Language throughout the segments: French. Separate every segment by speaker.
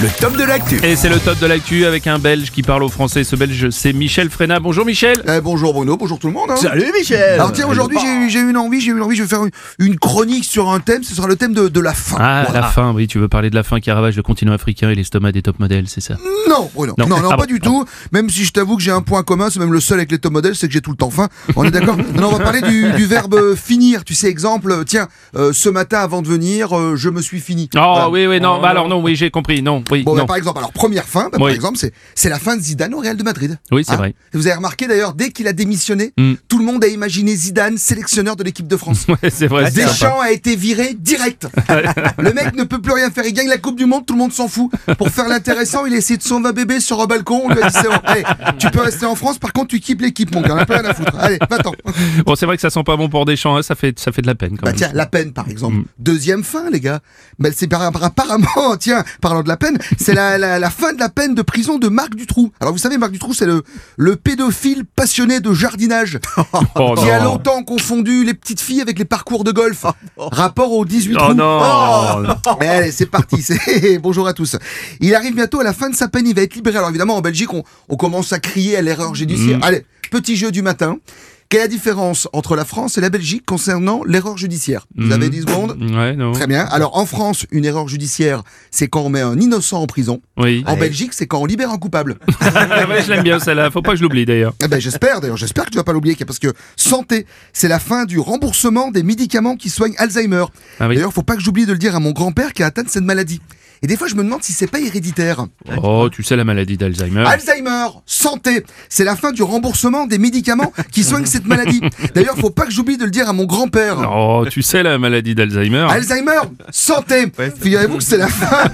Speaker 1: le top de l'actu.
Speaker 2: Et c'est le top de l'actu avec un Belge qui parle au français. Ce Belge, c'est Michel Frénat. Bonjour Michel
Speaker 1: Eh, bonjour Bruno, bonjour tout le monde. hein.
Speaker 3: Salut Michel
Speaker 1: Alors tiens, aujourd'hui j'ai eu- j'ai eu une envie, j'ai eu une envie, je vais faire une, une chronique sur un thème, ce sera le thème de, de la faim.
Speaker 2: Ah,
Speaker 1: Voilà.
Speaker 2: la faim, oui, tu veux parler de la faim qui ravage le continent africain et l'estomac des top modèles, c'est ça
Speaker 1: Non Bruno,
Speaker 2: Non.
Speaker 1: non, non,
Speaker 2: Ah
Speaker 1: pas
Speaker 2: bon,
Speaker 1: du tout, même si je t'avoue que j'ai un point commun, c'est même le seul avec les top modèles, c'est que j'ai tout le temps faim, on est d'accord Non, non, on va parler du, du verbe euh, finir, tu sais, exemple, euh, tiens, euh, ce matin avant de venir, euh, je me suis fini.
Speaker 2: Oh,
Speaker 1: Voilà.
Speaker 2: oui, oui, non, bah alors non, oui, j'ai compris, non, oui,
Speaker 1: Bon, bah,
Speaker 2: non.
Speaker 1: par exemple, alors première fin, bah, par
Speaker 2: Oui.
Speaker 1: exemple, c'est c'est la fin de Zidane au Real de Madrid. Hein
Speaker 2: Oui, c'est vrai.
Speaker 1: Vous avez remarqué d'ailleurs, dès qu'il a démissionné,
Speaker 2: Mm.
Speaker 1: tout le monde a imaginé Zidane sélectionneur de l'équipe de France.
Speaker 2: Ouais, c'est
Speaker 1: bah,
Speaker 2: vrai, c'est sympa.
Speaker 1: Deschamps a été viré direct. le mec ne peut plus rien faire. Il gagne la Coupe du Monde, tout le monde s'en fout. Pour faire l'intéressant, il a essayé de sauver un bébé sur un balcon. On lui a dit c'est bon, allez, tu peux rester en France, par contre, tu quittes l'équipe, mon gars. On a pas rien à foutre. Allez, va-t'en.
Speaker 2: Bon, c'est vrai que ça sent pas bon pour Deschamps, hein, ça, fait, ça fait de la peine quand
Speaker 1: Bah
Speaker 2: même. Mm.
Speaker 1: tiens, la peine par exemple. Deuxième fin, les gars. Bah, c'est par- par- apparemment, tiens, parlant de la peine, c'est la, la, la fin de la peine de prison de Marc Dutroux. Alors vous savez, Marc Dutroux, c'est le, le pédophile passionné de jardinage
Speaker 2: Oh
Speaker 1: qui a
Speaker 2: non.
Speaker 1: longtemps confondu les petites filles avec les parcours de golf. Rapport aux 18
Speaker 2: Oh
Speaker 1: trous.
Speaker 2: non
Speaker 1: Mais allez, c'est parti. c'est- Bonjour à tous. Il arrive bientôt à la fin de sa peine. Il va être libéré. Alors évidemment, en Belgique, on, on commence à crier à l'erreur judiciaire. Allez, petit jeu du matin. Quelle est la différence entre la France et la Belgique concernant l'erreur judiciaire Vous avez 10 secondes
Speaker 2: Ouais, non.
Speaker 1: Très bien. Alors en France, une erreur judiciaire, c'est quand on met un innocent en prison.
Speaker 2: Oui.
Speaker 1: En Belgique, c'est quand on libère un coupable. bah,
Speaker 2: Ah ouais, je l'aime bien celle-là, faut pas que je l'oublie d'ailleurs.
Speaker 1: Eh ben, j'espère d'ailleurs, j'espère que tu vas pas l'oublier parce que santé, c'est la fin du remboursement des médicaments qui soignent Alzheimer.
Speaker 2: Ah oui.
Speaker 1: D'ailleurs, faut pas que j'oublie de le dire à mon grand-père qui a atteint de cette maladie. Et des fois, je me demande si c'est pas héréditaire.
Speaker 2: Oh, tu sais la maladie d'Alzheimer.
Speaker 1: Alzheimer, santé, c'est la fin du remboursement des médicaments qui soignent cette maladie. D'ailleurs, faut pas que j'oublie de le dire à mon grand-père.
Speaker 2: Oh, tu sais la maladie d'Alzheimer.
Speaker 1: Alzheimer, santé. Figurez-vous que c'est la fin.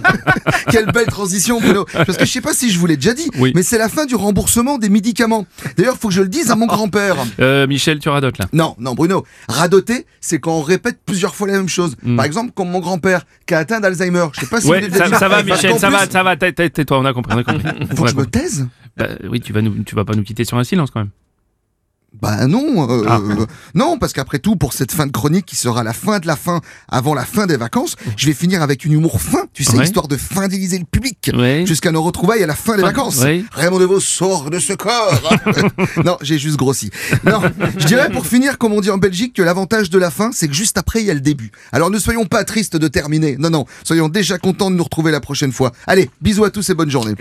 Speaker 1: Quelle belle transition, Bruno. Parce que je sais pas si je vous l'ai déjà dit,
Speaker 2: Oui.
Speaker 1: mais c'est la fin du remboursement des médicaments. D'ailleurs, faut que je le dise à mon grand-père.
Speaker 2: Euh, Michel, tu radotes là.
Speaker 1: Non, non, Bruno. Radoter, c'est quand on répète plusieurs fois la même chose. Par exemple, comme mon grand-père qui a atteint d'Alzheimer. Je sais pas si vous
Speaker 2: Hmm. Ouais,
Speaker 1: l'avez déjà
Speaker 2: ça, ça
Speaker 1: dit.
Speaker 2: va,
Speaker 1: Parce
Speaker 2: Michel,
Speaker 1: qu'en
Speaker 2: ça va,
Speaker 1: plus,
Speaker 2: ça va, tais- tais- tais-toi, on a compris, on a compris.
Speaker 1: Faut
Speaker 2: On
Speaker 1: que
Speaker 2: a
Speaker 1: je me
Speaker 2: compris.
Speaker 1: taise
Speaker 2: Bah, oui, tu vas, nous, tu vas pas nous quitter sur un silence quand même.
Speaker 1: Bah non, euh,
Speaker 2: Ah.
Speaker 1: euh, non, parce qu'après tout, pour cette fin de chronique qui sera la fin de la fin, avant la fin des vacances, je vais finir avec une humour fin, tu sais,
Speaker 2: Ouais.
Speaker 1: histoire de fidéliser le public.
Speaker 2: Ouais.
Speaker 1: Jusqu'à nos retrouvailles à la fin des
Speaker 2: Fin-
Speaker 1: vacances.
Speaker 2: ouais.
Speaker 1: Raymond Devos sort de ce corps. non, j'ai juste grossi. Non, je dirais pour finir, comme on dit en Belgique, que l'avantage de la fin, c'est que juste après, il y a le début. Alors ne soyons pas tristes de terminer. Non, non, soyons déjà contents de nous retrouver la prochaine fois. Allez, bisous à tous et bonne journée.